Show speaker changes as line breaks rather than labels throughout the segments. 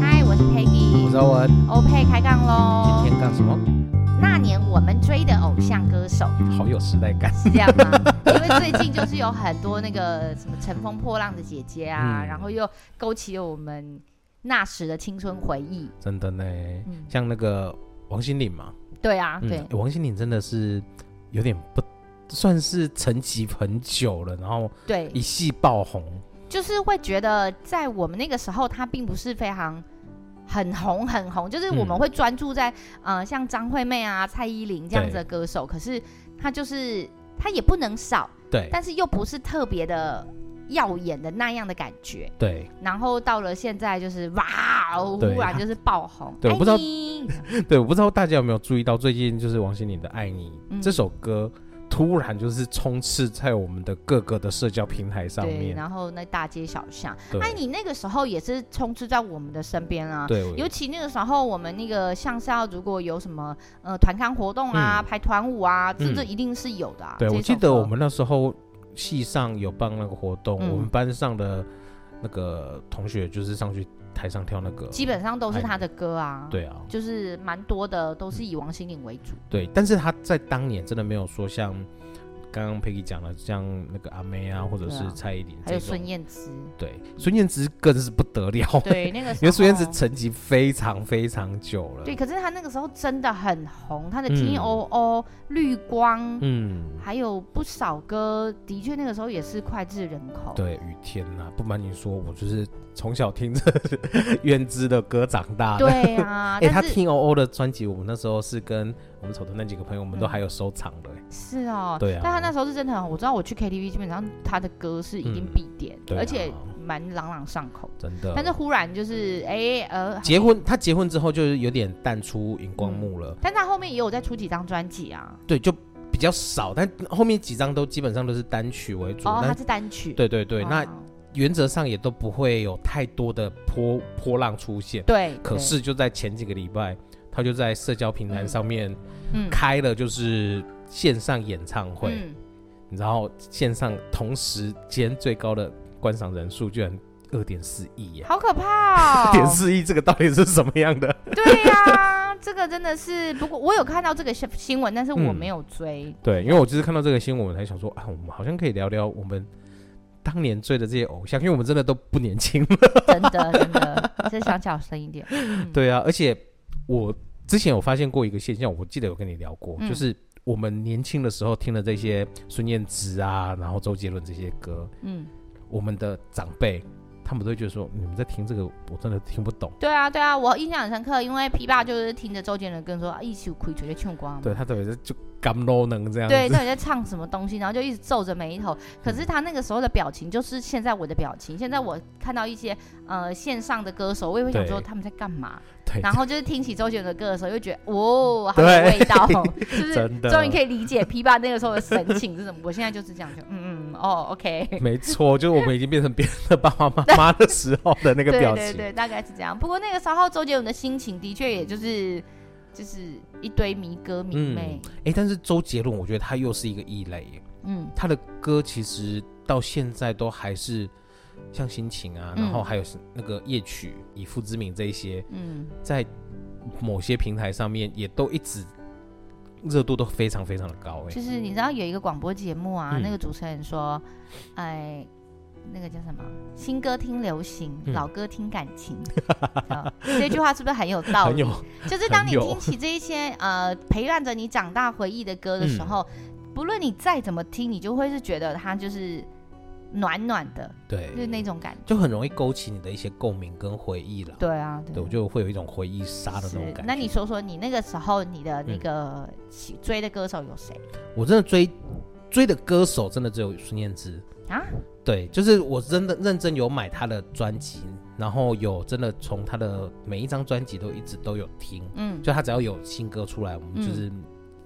嗨，我是 Peggy，
我是欧文，
欧佩开杠喽
啊今。天干什么？
那年我们追的偶像歌手
好有时代感。
是这样 吗？因为最近就是有很多那个什么乘风破浪的姐姐啊，
嗯
然后又勾起了我们那时的青春回忆。
真的呢，
嗯
像那个王心凌嘛，
对啊，对，
嗯，王心凌真的是有点不算是沉寂很久了，然后
对
一，系爆红，
就是会觉得在我们那个时候，她并不是非常很红很红，就是我们
嗯
会专注在、呃像张惠妹啊、蔡依林这样子的歌手，可是她就是她也不能少，
对
但是又不是特别的耀眼的那样的感觉。
对
然后到了现在就是哇哦，
对
忽然就是爆红。
对
爱
我不知道
你
对，我不知道大家有没有注意到，最近就是王心凌的《爱你》
嗯
这首歌，突然就是充斥在我们的各个的社交平台上
对，
面，
然后那大街小巷，
对
爱你那个时候也是充斥在我们的身边啊。
对，
尤其那个时候，我们那个像是要如果有什么呃团康活动啊、
嗯
排团舞啊，这
嗯
这一定是有的、啊。
对，
这
我
首
记得我
歌
们那时候系上有办那个活动，
嗯
我们班上的那个同学就是上去台上跳那个，
基本上都是他的歌啊，，
嗯对嗯啊，
就是蛮多的都是以王心凌为主。
对，但是他在当年真的没有说像刚刚 Peggy 讲的，像那个阿妹啊，或者
对
是
啊
蔡依林
还有
这种
孙，燕 姿，
对，孙燕姿更是不得了，
对，那个时候
因为孙燕姿沉寂非常非常久了，
对，可是她那个时候真的很红，她的《
嗯
T O O》绿哦光》
嗯，
还有不少歌，的确那个时候也是脍炙人口。，
对，雨天呐、不瞒你说，我就是从小听着 燕姿的歌长大的。，
对啊
哎、他
但是
听 O O 的专辑，我们那时候是跟我们丑的那几个朋友，我们都
嗯
还有收藏的、哎
是哦，
对啊
但他那时候是真的很红，我知道我去 KTV 基本上他的歌是一定
嗯
必点，
对啊
而且蛮朗朗上口。
真的。
但是忽然就是哎、呃，
结婚，他结婚之后就是有点淡出荧光幕了，
但他后面也有再出几张专辑啊，
对，就比较少，但后面几张都基本上都是单曲为主。
哦，他
但
是单曲，
对对对，
哦
那原则上也都不会有太多的波波浪出现。
对，
可
对
是就在前几个礼拜，他就在社交平台
嗯
上面
嗯
开了就是线上演唱会，
嗯
然后线上同时间最高的观赏人数居然二点四亿 耶！
好可怕
二
哦，
点四亿，这个到底是什么样的？
对呀、啊这个真的是，不过我有看到这个新新闻，但是我
嗯
没有追。
对，因为我就是看到这个新闻，我才想说啊，我们好像可以聊聊我们当年追的这些偶像，因为我们真的都不年轻了。
真的真的，再想小声一点。
对啊，而且我之前有发现过一个现象，我记得有跟你聊过，
嗯
就是我们年轻的时候听的这些孙燕姿啊，然后周杰伦这些歌，
嗯，
我们的长辈他们都会觉得说，你们在听这个，我真的听不懂。
对啊对啊，我印象很深刻，因为琵琶就是听着周杰伦跟说啊一起亏绝对欠光。
对他特别是就干 low 能这样
对，
子，嗯
到底在唱什么东西？然后就一直皱着眉头。可是他那个时候的表情，就是现在我的表情。现在我看到一些呃线上的歌手，我也会想说
对
他们在干嘛。
对
然后就是听起周杰伦的歌的时候，又觉得哦，好有味道， 是不是？
真的，
终于可以理解琵琶那个时候的神情是什么。我现在就是这样，就嗯嗯哦，OK。
没错，就是我们已经变成别人的爸爸妈妈的时候的那个表
对对
情。
对，大概是这样。不过那个时候周杰伦的心情的确也就是就是一堆迷歌迷妹，
哎、但是周杰伦，我觉得他又是一个异类耶，
嗯
他的歌其实到现在都还是像《心情》啊，
嗯
然后还有是那个《夜曲》《以父之名》这一些，
嗯，
在某些平台上面也都一直热度都非常非常的高哎
就。是你知道有一个广播节目啊，
嗯
那个主持人说，哎。那个叫什么？新歌听流行，
嗯
老歌听感情。 啊这句话是不是很有道
很
理
有？
就是当你
很有
听起这一些呃陪伴着你长大回忆的歌的时候，
嗯
不论你再怎么听，你就会是觉得它就是暖暖的，就是
对，
那种感觉。
就很容易勾起你的一些共鸣跟回忆了。
对啊，对
对，我就会有一种回忆杀的那种
是
感觉。嗯
那你说说你那个时候你的那个喜追的歌手有谁
我真的追追的歌手真的只有孙燕姿，
啊？
对，就是我真的认真有买她的专辑，然后有真的从她的每一张专辑都一直都有听，
嗯，
就她只要有新歌出来，我们
嗯
就是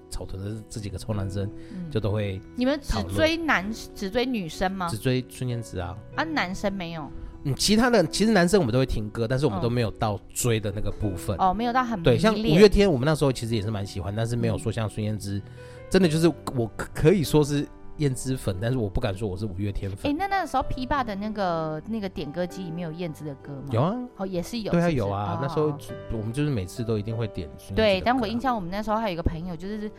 草屯的这几个臭男生
嗯
就都会
你们只
讨论
追男只追女生吗
只？追孙燕姿啊。
啊，男生没有
嗯，其他的其实男生我们都会听歌，但是我们
嗯
都没有到追的那个部分。
哦，没有到很
对，
迷
像五
恋
月
嗯
天，我们那时候其实也是蛮喜欢，但是没有说像孙燕姿，真的就是我可可以说是燕之粉，但是我不敢说我是五月天
哎、
粉。
那那时候琵琶的那个那个点歌机里面有燕子的歌吗？
有，啊，
哦，也是有，
对
是
啊，
不是
有啊。那时
哦
候我们就是每次都一定会点孙燕姿的歌啊。
对，但我印象我们那时候还有一个朋友，就是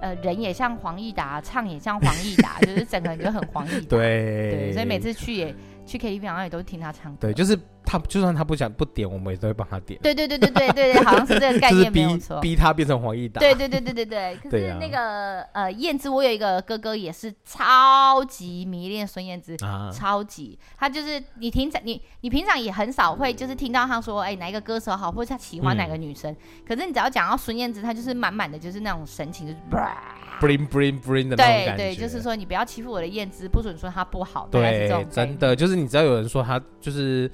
呃，人也像黄义达，唱也像黄义达，就是整个人就很黄义达。
对
对，所以每次去也去 KTV 好像也都听他唱歌。
对，就是他，就算他不想不点，我们也都会帮他点，
对对对对对对对，好像是这个概
就是
念没有
逼
错。
逼他变成黄义达。
对对对对对对，可
对
是
啊
那个、呃，燕姿，我有一个哥哥也是超级迷恋孙燕姿，
啊，
超级，他就是你平常你你平常也很少会就是听到他说哎、哪一个歌手好，或者他喜
嗯
欢哪个女生，可是你只要讲到孙燕姿，他就是满满的就是那种神情，就是
bling bling bling 的那种
对
感觉。
对，就是说你不要欺负我的燕姿，不准说她不好，大概是这
对
种，概
真
念。
的就是你知道有人说他就是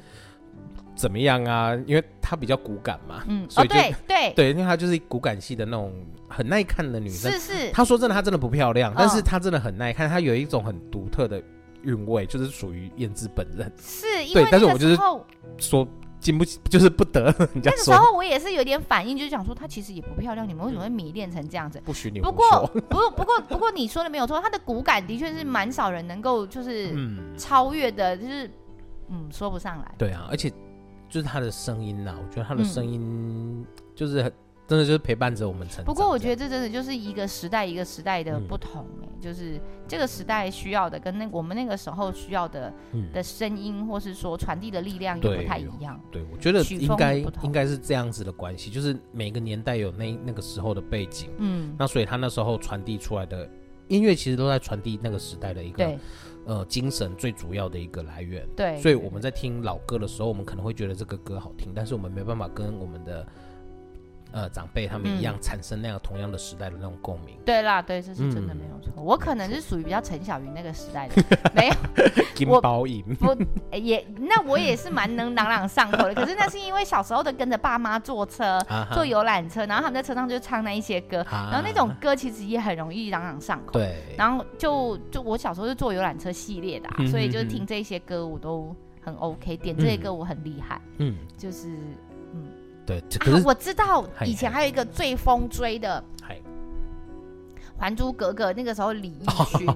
怎么样啊，因为他比较骨感嘛，
嗯，
所
哦
以就
对对
对，因为她就是骨感系的那种很耐看的女生。
是是，
她说真的，她真的不漂亮
嗯，
但是她真的很耐看，她有一种很独特的韵味，就是属于燕姿本人。
是因
对
为
但是
那
我
个
就是
时候
说经不起，就是不得 人
那
家
个时
说
候我也是有点反应，就是想说她其实也不漂亮，你们为什么会迷恋成这样子？
不许你胡
不
说。
过不过不过不过你说的没有错，她的骨感的确是蛮少人能够就是
嗯，
超越的，就是嗯说不上来。
对啊，而且就是她的声音呐、我觉得她的
嗯
声音就是很真的就是陪伴着我们成长。
不过我觉
得
得这真的就是一个时代一个时代的不同、哎、
嗯
就是这个时代需要的跟那我们那个时候需要的、
嗯
的声音，或是说传递的力量也
对
不太一样。
对，我觉得
曲
应
风
该
也不同
应该是这样子的关系，就是每个年代有那那个时候的背景，
嗯，
那所以他那时候传递出来的音乐，其实都在传递那个时代的一个
对
呃精神最主要的一个来源。
对，
所以我们在听老歌的时候，我们可能会觉得这个歌好听，但是我们没办法跟我们的呃长辈他们一
嗯
样产生那样同样的时代的那种共鸣。
对啦，对，这是真的
嗯
没有错。我可能是属于比较陈小云那个时 代的，没有。
金包银，
欸也那我也是蛮能朗朗上口的，可是那是因为小时候的跟着爸妈坐车、
啊哈
坐游览车，然后他们在车上就唱那一些歌，
啊
然后那种歌其实也很容易朗朗上口。
对，
然后就就我小时候是坐游览车系列的、啊，
嗯
所以就是
嗯嗯
听这些歌我都很 OK，点这些
嗯
歌我很厉害，
嗯，
就是。
对，这可
啊
是，
我知道
嗨
以前
嗨
还有一个最风追的
嗨
《还珠格格》，那个时候李翊 君，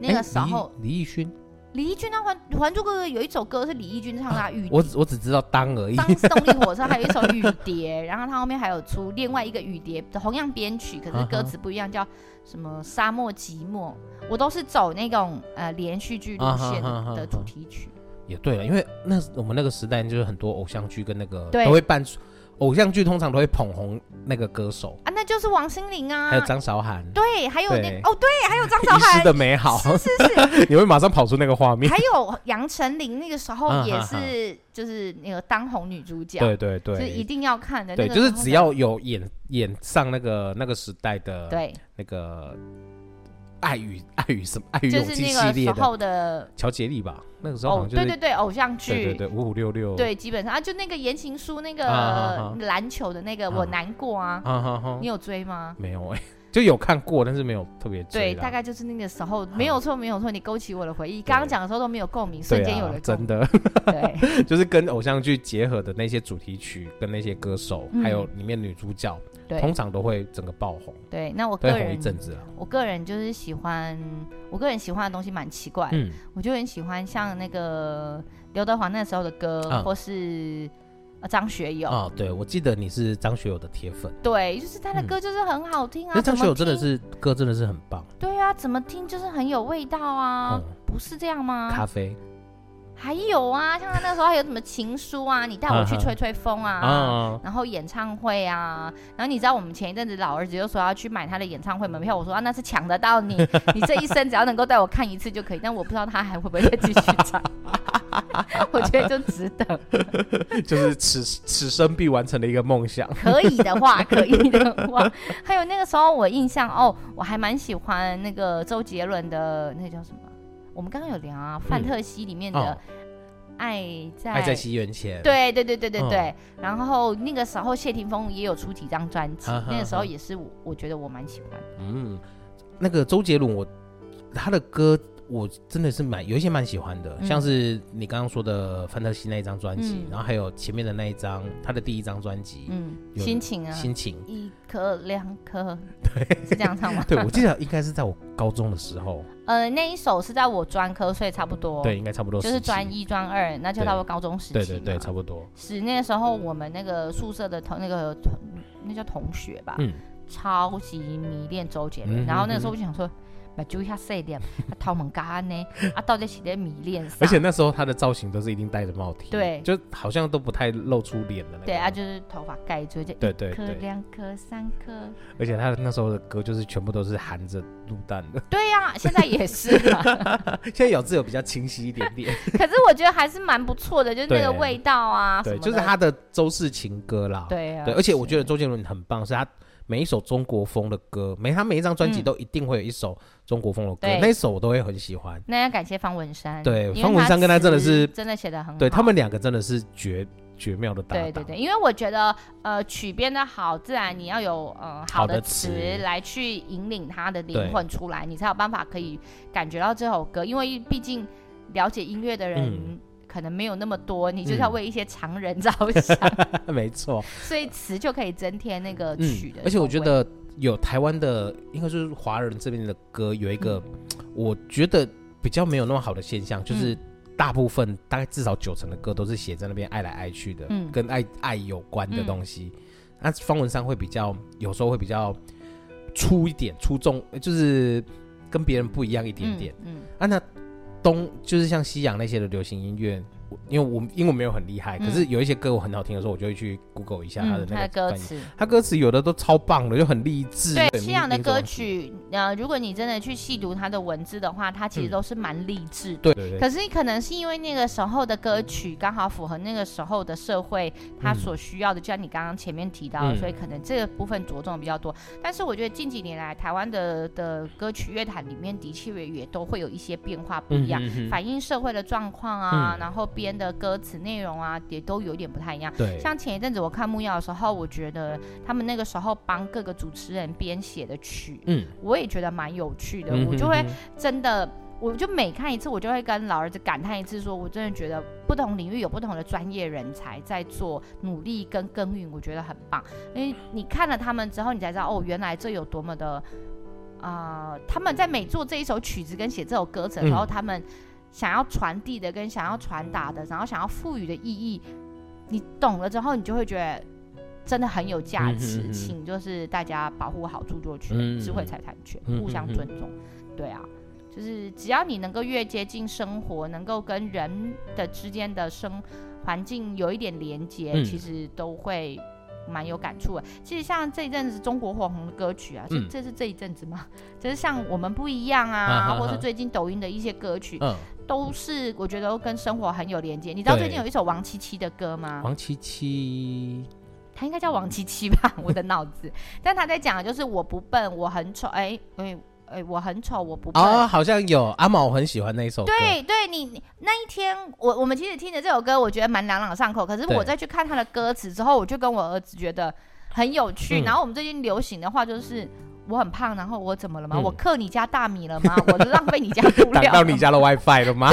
那个时候
哎李易李翊勋，
李翊君他还《还珠格格》有一首歌是李翊君唱的、啊，雨
我只我只知道当而已。
当时动力火车还有一首《雨蝶》，然后它后面还有出另外一个《雨蝶》，同样编曲，可是歌词不一样，叫什么《沙漠寂寞》。我都是走那种呃连续剧路线
啊哈哈哈
的主题曲。
也对了，因为那我们那个时代就是很多偶像剧跟那个
对
都会办，偶像剧通常都会捧红那个歌手，
啊，那就是王心凌啊，
还有张韶涵，
对，还有那
对
哦对，还有张韶
遗失
涵，
的美好，
是是
你会马上跑出那个画面
是，。还有杨丞琳，那个时候
啊
也
哈哈
是就是那个当红女主角，
对对
就是一
对，
定要看的。
对，
那个
就
时
是
候
只
的
要有演演上那个那个时代的
对，
那个爱与爱与什么爱与
就
勇
是
气
那
系
个
列
时
的
候的
乔杰利吧，那个时候好
哦
像，就
对对
是
对，偶像剧，
对对对五五六六，
对，基本上啊，就那个言情书那
啊啊
个
啊
篮球的那个，我
啊
难过啊，
啊哈哈
你，有追吗？
没有哎， 就有看过，但是没有特别
对，
追啦啊
大概就是那个时候，没有错，没有错，你勾起我的回忆。刚刚
对
讲的时候都没有共鸣，
对
瞬间有了
啊
共
真
鸣。
的
对，
就是跟偶像剧结合的那些主题曲跟那些歌手，
嗯
还有里面女主角，
对
通常都会整个爆红，
对，那我
都
个
会红一
人，
阵子啊。
我个人就是喜欢，我个人喜欢的东西蛮奇怪的，
嗯，
我就很喜欢像那个刘德华那时候的歌，
啊
或是呃张学友。
哦，对，我记得你是张学友的铁粉，
对，就是他的
嗯
歌就是很好听啊，
那
怎
张
么
学友真的
听
是歌真的是很棒，
对啊，怎么听就是很有味道啊，
嗯
不是这样吗？
咖啡。
还有啊，像他那时候还有什么情书啊，你带我去吹吹风啊，
啊，
然后演唱会啊，然后你知道我们前一阵子老儿子又说要去买他的演唱会门票，我说啊那是抢得到 你，你这一生只要能够带我看一次就可以，但我不知道他还会不会再继续唱， 我觉得就值得，
就是此此生必完成的一个梦想。
可以的 话，可以的话，还有那个时候我印象哦，我还蛮喜欢那个周杰伦的那个叫什么，我们刚刚有聊啊，范特西里面的
嗯哦，
爱在、
爱在西元前。，
对对对对对
嗯
对。然后那个时候谢霆锋也有出几张专辑
啊哈哈，
那个时候也是我我觉得我蛮喜欢的。
嗯，那个周杰伦，我他的歌我真的是蛮有一些蛮喜欢的，
嗯
像是你刚刚说的范特西那一张专辑，
嗯
然后还有前面的那一张他的第一张专辑
嗯，
有
心情啊，
心情。
一颗两颗，是这样唱 吗？
对，我记得应该是在我高中的时候，
呃，那一首是在我专科，所以差不多，
对，，应该差不多
哦就是
时期
专，一、专二，那就到我高中时期
对对对，
嘛
差不多。
是那时候我
嗯
们那个宿舍的同那个同那叫同学吧，
嗯，
超级迷恋周杰
嗯
伦。
哼
然后那个时候我就想说，把注一下细点，啊，头毛干呢，啊，到底是在迷恋啥？
而且那时候他的造型都是一定戴着帽 T，
对
就好像都不太露出脸的那种。
对啊，就是头发盖住，就
对对
一颗、
对，
两颗、三颗。
而且他那时候的歌就是全部都是含着卤蛋的，
对呀、现在也是啊。
现在咬字有比较清晰一点 点。
可是我觉得还是蛮不错的，就是那个
对
味道啊什
对，
么的。
就是他的周氏情歌啦。
对啊，
对，而且我觉
得
得周杰伦很棒，是他每一首中国风的歌，每他每一张专辑
嗯
都一定会有一首中国风的歌，
对
那一首我都会很喜欢。
那要感谢方文山，
对
因为
方文山跟他
词
真的是
真的写的很好。
对他们两个真的是绝绝妙的搭档。
嗯对对对，因为我觉得呃曲编的好，自然你要有呃
好
好
的
的
词
词来去引领他的
对
灵魂出来，你才有办法可以感觉到这首歌，因为毕竟了解音乐的人。
嗯
可能没有那么多，你就是要
嗯
为一些常人着 想，
没错，
所以词就可以增添那个曲
嗯
的、，
而且我觉，得有台湾的，应该就是华人这边的歌有一个，
嗯
我觉得比较没有那么好的现象，就是大部分大概至少九成的歌都是写在那边爱来爱去的，
嗯
跟爱爱有关的
嗯
东西。那、方文山会比较，有时候会比较粗一点，出众，就是跟别人不一样一点点。
嗯，
啊，那东就是像西洋那些的流行音乐，我因为我英文没有很厉害，
嗯
可是有一些歌我很好听的时候，我就会去 Google 一下它
嗯
的
嗯，
那
他
个
的歌
翻译
词，
他歌词有的都超棒的，就很励志。
对
对
西洋的
民族
歌
东西，
曲，呃，如果你真的去细读他的文字的话，它其实
嗯
都是蛮励志的。
对对对，
可是可能是因为那个时候的歌曲刚好符合那个时候的社会，它
嗯
所需要的，就像你刚刚前面提到的，
嗯
所以可能这个部分着重比较多。但是我觉得近几年来，台湾的的歌曲乐坛里面的确也也都会有一些变化不一样，
嗯哼哼
反映社会的状况啊，
嗯
然后编的歌词内容啊，也都有点不太一样。
对，
像前一阵子我看木曜的时候，我觉得他们那个时候帮各个主持人编写的曲，
嗯，
我也觉得蛮有趣的，
嗯
我就会
哼哼
真的，我就每看一次，我就会跟老儿子感叹一次说我真的觉得不同领域有不同的专业人才在做努力跟耕耘，我觉得很棒。因为你看了他们之后，你才知道哦，原来这有多么的，啊，他们在每做这一首曲子跟写这首歌词的时候，
嗯
他们想要传递的跟想要传达的，然后想要赋予的意义，你懂了之后，你就会觉得。真的很有价
嗯哼
值，
嗯哼
请就是大家保护好著作权、
嗯
智慧
嗯
财产权，
嗯
互相
嗯嗯
尊重。对啊，就是只要你能够越接近生活，能够跟人的之间的生环境有一点连接，
嗯
其实都会蛮有感触的。其实像这一阵子中国火红的歌曲啊，
嗯
这这是这一阵子吗？ 就是像我们不一样啊，
啊哈哈
或是最近抖音的一些歌曲，
嗯，
都是我觉得都跟生活很有连接。你知道
对
最近有一首王七七的歌吗？
王七七，
他应该叫王七七吧， 我的脑子。但他在讲的就是我不笨，我很丑，哎、哎、哎、我很丑，我不笨，
哦，好像有阿毛，我很喜欢那一首歌，
对，对你你那一天，我我们其实听着这首歌，我觉得蛮朗朗上口。可是我
对
再去看他的歌词之后，我就跟我儿子觉得很有趣。
嗯
然后我们最近流行的话就是。我很胖，然后我怎么了吗？
嗯
我克你家大米了吗？ 我浪费你家布
挡
料
到
了
你
吗？
家的 WiFi 了吗？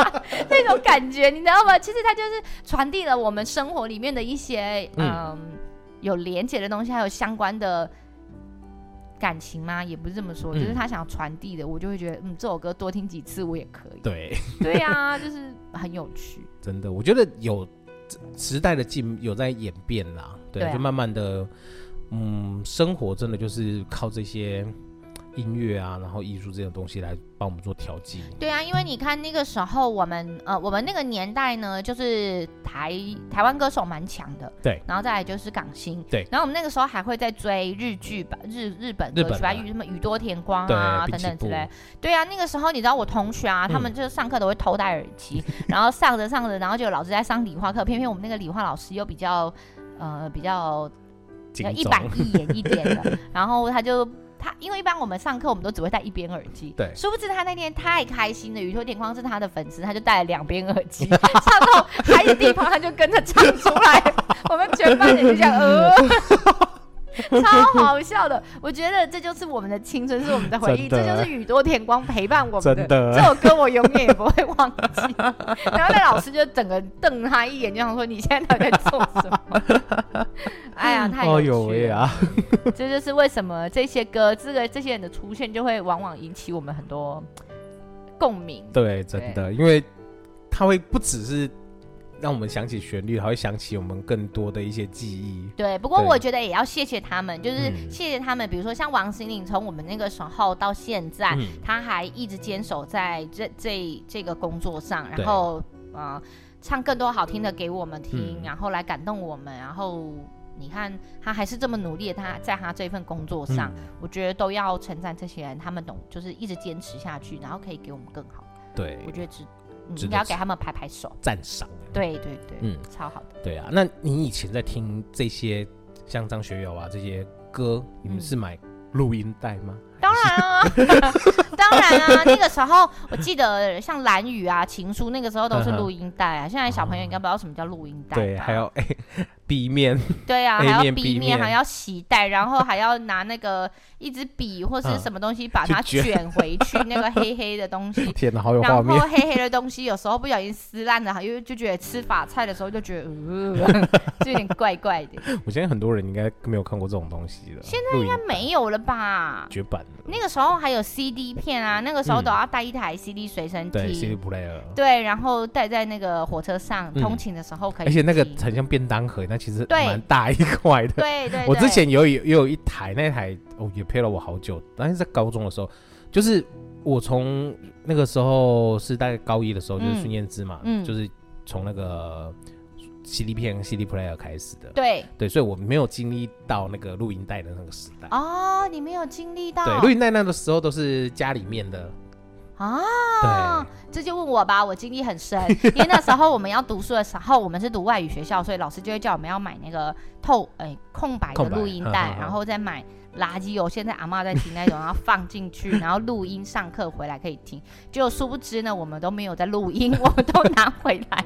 那种感觉，你知道吗？其实它就是传递了我们生活里面的一些嗯、有连结的东西，还有相关的感情吗？也不是这么说，就是
嗯
他想传递的，我就会觉得，嗯，这首歌多听几次我也可以。
对，
对啊，就是很有趣。
真的，我觉得有时代的进有在演变啦，对，
对啊
就慢慢的，嗯，生活真的就是靠这些音乐啊，然后艺术这种东西来帮我们做调剂。
对啊，因为你看那个时候我们呃，我们那个年代呢，就是台台湾歌手蛮强的，
对，
然后再来就是港星，
对
然后我们那个时候还会在追日剧吧，日日本
日
歌
本
曲吧，
的
什么宇多田光
对
啊
滨
等
崎
等之
步
类。对啊，那个时候你知道我同学啊，他们就是上课都会偷戴耳 机，然后上着上着，然后就有老师在上理化课，偏偏我们那个理化老师又比较呃比较
警
要一
钟
板一眼一点的，然后他就他，因为一般我们上课我们都只会戴一边耳机，
对
殊不知他那天太开心了，宇多田光是他的粉丝，他就戴了两边耳机，唱到 海底地方他就跟着唱出来，我们全班人就这样呃，超好笑的。我觉得这就是我们的青春，是我们的回忆，
真
这
的
就是宇多田光陪伴我们
真的
这首歌我永远也不会忘记。 然后那老师就整个瞪他一眼，就想说你现在到底在做什么？ 哎呀，太
哦
有趣
喂
了！
啊，
这就是为什么这些歌，这个这些人的出现，就会往往引起我们很多共鸣。
对，真的，因为它会不只是让我们想起旋律，还会想起我们更多的一些记忆。
对，不过
对
我觉得也要谢谢他们，就是
嗯
谢谢他们。比如说像王心凌，从我们那个时候到现在，
嗯，
他还一直坚守在这这这个工作上，
对
然后呃，唱更多好听的给我们听，
嗯
然后来感动我们。然后你看，他还是这么努力的，他在他这份工作上，
嗯
我觉得都要称赞这些人，他们懂，就是一直坚持下去，然后可以给我们更好。
对，
我觉得值，嗯
值
应
得
该要
值
给他们拍拍手。
赞赏。
对对对，
嗯
超好的。
对啊，那你以前在听这些像张学友啊这些歌，你们是买录音带吗？
当然啊， 当然啊，那个时候我记得像《蓝雨》啊、《情书》，那个时候都是录音带啊。现在小朋友应该不知道什么叫录音带吧。
嗯哦对，还有 哎 B 面，
对啊，还
A
要
面 B
逼面，
面
还要洗带，然后还要拿那个一支笔或是
嗯
什么东西把它
去卷。
卷回去那个黑黑的东西
天哪，好有
然
画
后
面。
黑黑的东西有时候不小心撕烂了，因为就觉得吃法菜的时候就觉得，呃 就有点怪怪的。
我相信很多人应该没有看过这种东西的，
现
在应该
没有了吧？
绝版了。
那个时候还有 CD 片啊，那个时候
嗯
都要带一台 CD 随身
对，CD
听，
player，
对，然后带在那个火车上
嗯
通勤的时候可以
而
听。
且那个很像便当盒，那其实
对
蛮大一块的。
对对，
我之
对
前有也有一台，那台哦也陪了我好久，但是在高中的时候，就是我从那个时候是大概高一的时候，就是
嗯
孙燕姿嘛，
嗯
就是从那个 CD 片、CD player 开始的，
对
对，所以我没有经历到那个录音带的那个时代。
哦，你没有经历到
对，录音带那个时候都是家里面的，
啊。
对，
这就问我吧，我经历很深， 因为那时候我们要读书的时候，我们是读外语学校，所以老师就会叫我们要买那个透诶、空白的
空白
录音
嗯
带
嗯，嗯
然后再买垃圾油，现在阿嬷在听那种，然后放进去， 然后录音上课回来可以听。结果殊不知呢，我们都没有在录音， 我们都拿回来，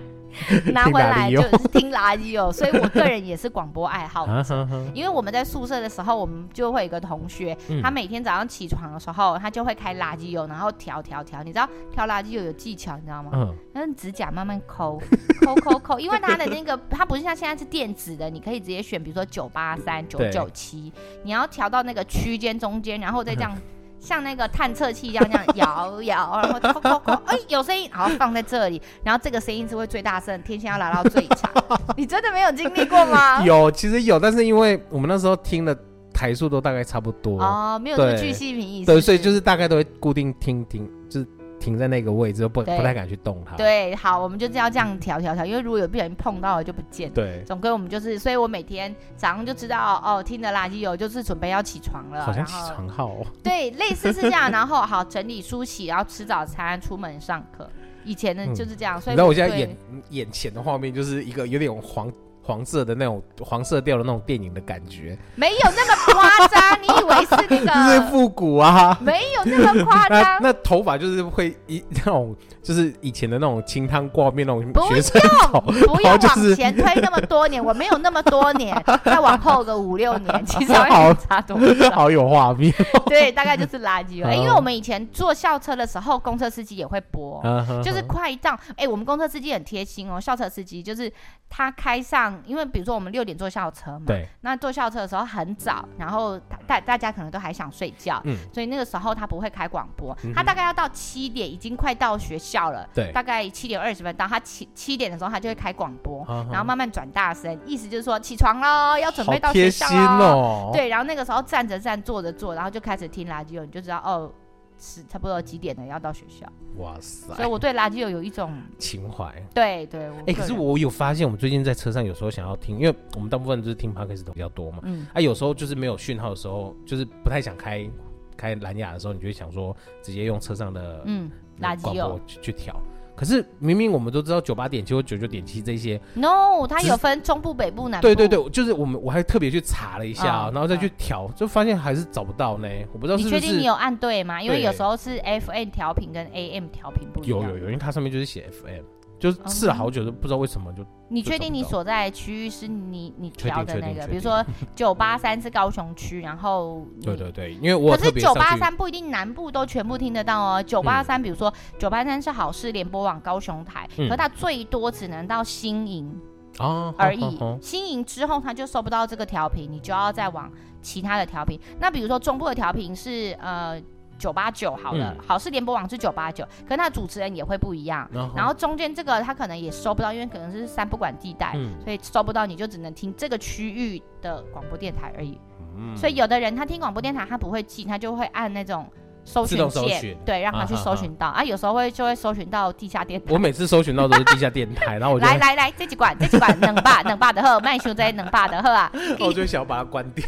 拿回来
听垃圾
就
油
是 听垃圾油，所以我个人也是广播爱好者
啊哈哈，
因为我们在宿舍的时候，我们就会有一个同学，
嗯
他每天早上起床的时候，他就会开垃圾油，然后调调调。你知道调垃圾油有技巧，你知道吗？
嗯，
他用指甲慢慢抠，抠抠抠，因为它的那个它不是像现在是电子的，你可以直接选，比如说九八三、九
对
九七，你要调到那个区间中间，然后再这 样。像那个探测器一样，这样摇摇，然后抠抠抠，哎，有声音，好放在这里，然后这个声音是会最大声，天线要拉到最 长。你真的没有经历过吗？
有其实有，但是因为我们那时候听的台数都大概差不多，
哦，没有这么
对
巨细靡遗，
对，所以就是是大概都会固定停停，就是停在那个位置，不不
对
太敢去动它。
对。好，我们就是要这样调调调，因为如果有不小心碰到了就不见了。
对，
总归我们就是，所以我每天早上就知道哦，听着垃圾油就是准备要起床了，
好像
啊然
起
后
床号哦，
对，类似是这样，然后好整理梳洗，然后吃早餐，出门上课。以前呢
嗯
就是这样，所
你
以
知道我
们
现在
对
眼眼前的画面就是一个有点黄黄色的那种黄色调的那种电影的感觉，
没有那么夸张，你以为 是
就是
那个
复古啊。
没有那么夸
那
张，
那头发就是会一那种，就是以前的那种清汤挂面那种
不
学生头，
不要
然后就
往
是
前推那么多年，我没有那么多年，再往后个五六年，其实
好
还差多少？
好有画面。
对，大概就是垃圾油。哎、
哦
因为我们以前坐校车的时候，公车司机也会播，哦
嗯啊
就是快到。哎、我们公车司机很贴心哦，校车司机就是他开上，因为比如说我们六点坐校车嘛，
对，
那坐校车的时候很早，然后大大大家可能都还想睡觉，
嗯
所以那个时候他不会开广播，
嗯哼
他大概要到七点，已经快到学校了，
对
大概七点二十分到，他七七点的时候他就会开广播，
啊哈
然后慢慢转大声，意思就是说起床喽，要准备
好
到
贴
学校
心
喽。
哦。，
对，然后那个时候站着站，坐着坐，然后就开始听垃圾油，你就知道哦，是差不多几点了，要到学校。
哇塞
所，以我对垃圾油有一种
情怀。
对对，我
哎、
个
可是
人
我有发现，我们最近在车上有时候想要听，因为我们大部分就是听 podcast 都比较多嘛。
嗯，
啊，有时候就是没有讯号的时候，就是不太想开开蓝牙的时候，你就会想说直接用车上的
嗯垃圾
广
油
播去去调。可是明明我们都知道九八点七或九九点七这些，
，no，它
只
有
是
分中部、北部、南部。
对对对，就是我们我还特别去查了一下、
嗯
然后再去调，就发现还是找不到呢。我不知道是
你
不
确定
是
你有按对吗？因为
对
有时候是嗯哦 FM 调频跟 AM 调频不一
有
样。
有有，因为它上面就是写 FM，就是试了好久都不知道为什么就
你
就
确
找
定
不
你
到
所在的区域是你你
确定
挑的
确
那
定
个？
确
比如
定
说九八三是高雄区，然后你
对对对，因为我
嗯
有
可是
特别
九
上
八
去
三不一定南部都全部听得到哦。九八三，比如说九八三是好事联播网高雄台，
嗯
可它最多只能到新营
啊
而
好
已
好好。
新营之后，它就收不到这个调频，你就要再往其他的调频。那比如说中部的调频是呃九八九好了，
嗯
好事联播网是九八九，可它主持人也会不一样。
然后
然后中间这个它可能也收不到，因为可能是三不管地带，
嗯
所以收不到，你就只能听这个区域的广播电台而已。
嗯
所以有的人他听广播电台，他不会记，他就会按那种搜
自
寻
动
键，
搜寻
对，让他去
啊哈
搜寻到啊有时候会就会搜寻到地下电台
我。每次搜寻到都是地下电 台，然后我就
来来来，这几管这几管能霸能霸的喝，卖修在能霸的喝啊！
我就想要把它关掉。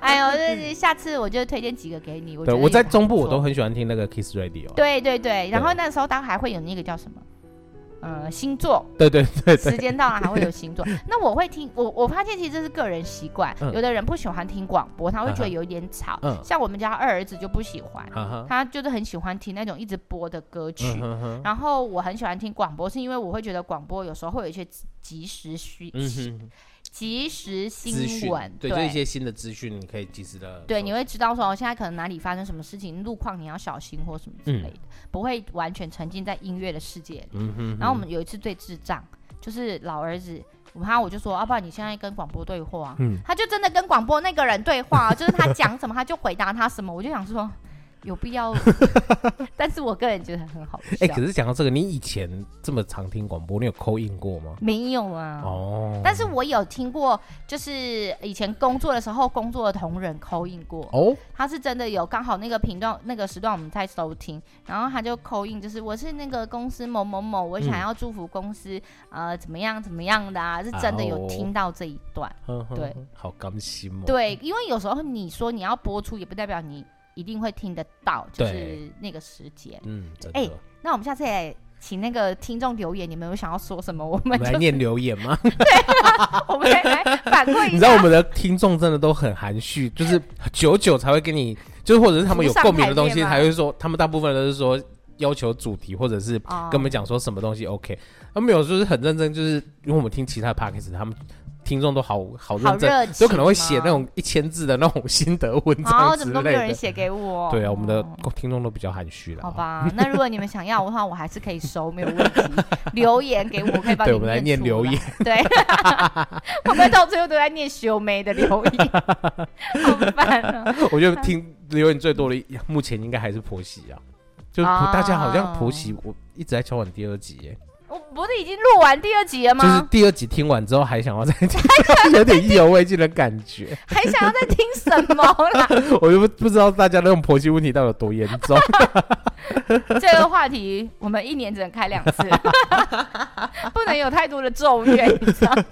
哎呦，这下次我就推荐几个给你。我觉
对，
得
我在
也还
中部
不
我都
错
很喜欢听那个 Kiss Radio 啊。
对对对，然后那时候当还会有那个叫什么，呃，星座，
对对对对，
时间到了还会有星座。那我会听，我我发现其实这是个人习惯，
嗯
有的人不喜欢听广播，他会觉
啊哈
得有一点吵。
嗯
像我们家二儿子就不喜欢，
哈哈，
他就是很喜欢听那种一直播的歌曲。
嗯哼哼，
然后我很喜欢听广播，是因为我会觉得广播有时候会有一些即即时需、
嗯哼，
即时
资
新
讯
闻，
对，就一些嗯新的资讯，你可以及时的。
对，你会知道说哦现在可能哪里发生什么事情，路况你要小心或什么之
嗯
类的，不会完全沉浸在音乐的世界里。
嗯哼哼，
然后我们有一次最智障，就是老儿子，我他我就说，要、啊不然你现在跟广播对话啊、
嗯
他就真的跟广播那个人对话啊、 就是他讲什么他就回答他什么，我就想说有必要， 但是我个人觉得很好笑，
哎，可是讲到这个，你以前这么常听广播，你有扣印过吗？
没有啊。
哦，
但是我有听过，就是以前工作的时候，工作的同仁扣印过，
哦，
他是真的有刚好那个频段那个时段我们在收听，然后他就扣印，就是我是那个公司某某某，我想要祝福公司、
嗯
呃怎么样怎么样的啊，是真的
哦
有听到这一段。
嗯哼哼
对
哼，好甘心哦。
对，因为有时候你说你要播出，也不代表你一定会听得到，就是
对
那个时间。
嗯，真
哎
的，
那我们下次也请那个听众留言，你们有想要说什么？我
我
们
们
就
来念留言吗？
我们来来反馈
你
一
知道我
下。
们的听众真的都很含蓄，就是久久才会跟你，就是或者是他们有共鸣的东
浮
西，
上台面吗
才会说，他们大部分都是说要求主题，或者是
哦
跟我们讲说什么东西 OK。他们有就是很认真，就是因为我们听其他 p a c k a g e 他们听众都好
好
好认真，
热情哦，
都可能会写那种一千字的那种心得文
哦，
章
怎
之
么都没
类
有人
的。
写给我？
对啊，我们的
哦
听众都比较含蓄了。
好，吧，那如果你们想要的话，我还是可以收，没有问题。留言给我，我可以帮你
对我们来
念
念留
出来
言。
对，我们到最后都在念修眉的留言，好烦啊！
我觉得听留言最多的目前应该还是婆媳啊，就婆
哦
大家好像婆媳，我一直在敲碗第二集耶。
我不是已经录完第二集了
就是
吗？
第二集听完之后还想要再听，有点意犹未尽的感觉。
还想要再听什么啦？
我就不不知道大家那种婆媳问题到底有多严重。
这个话题我们一年只能开两次， 不能有太多的咒怨，你知道吗？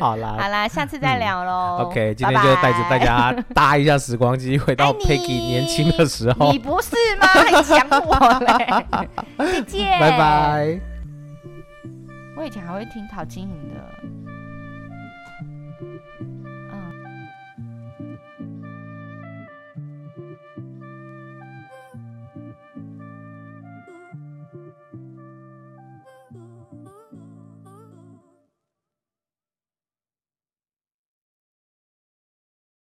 好啦
好啦，下次再聊喽。
，OK，今天就带着大
拜拜。
家搭一下时光机，回到
爱你
Peggy 年轻的时候
你。不是吗？还想我 嘞？再见，
拜。拜。
我以前还会听陶晶莹的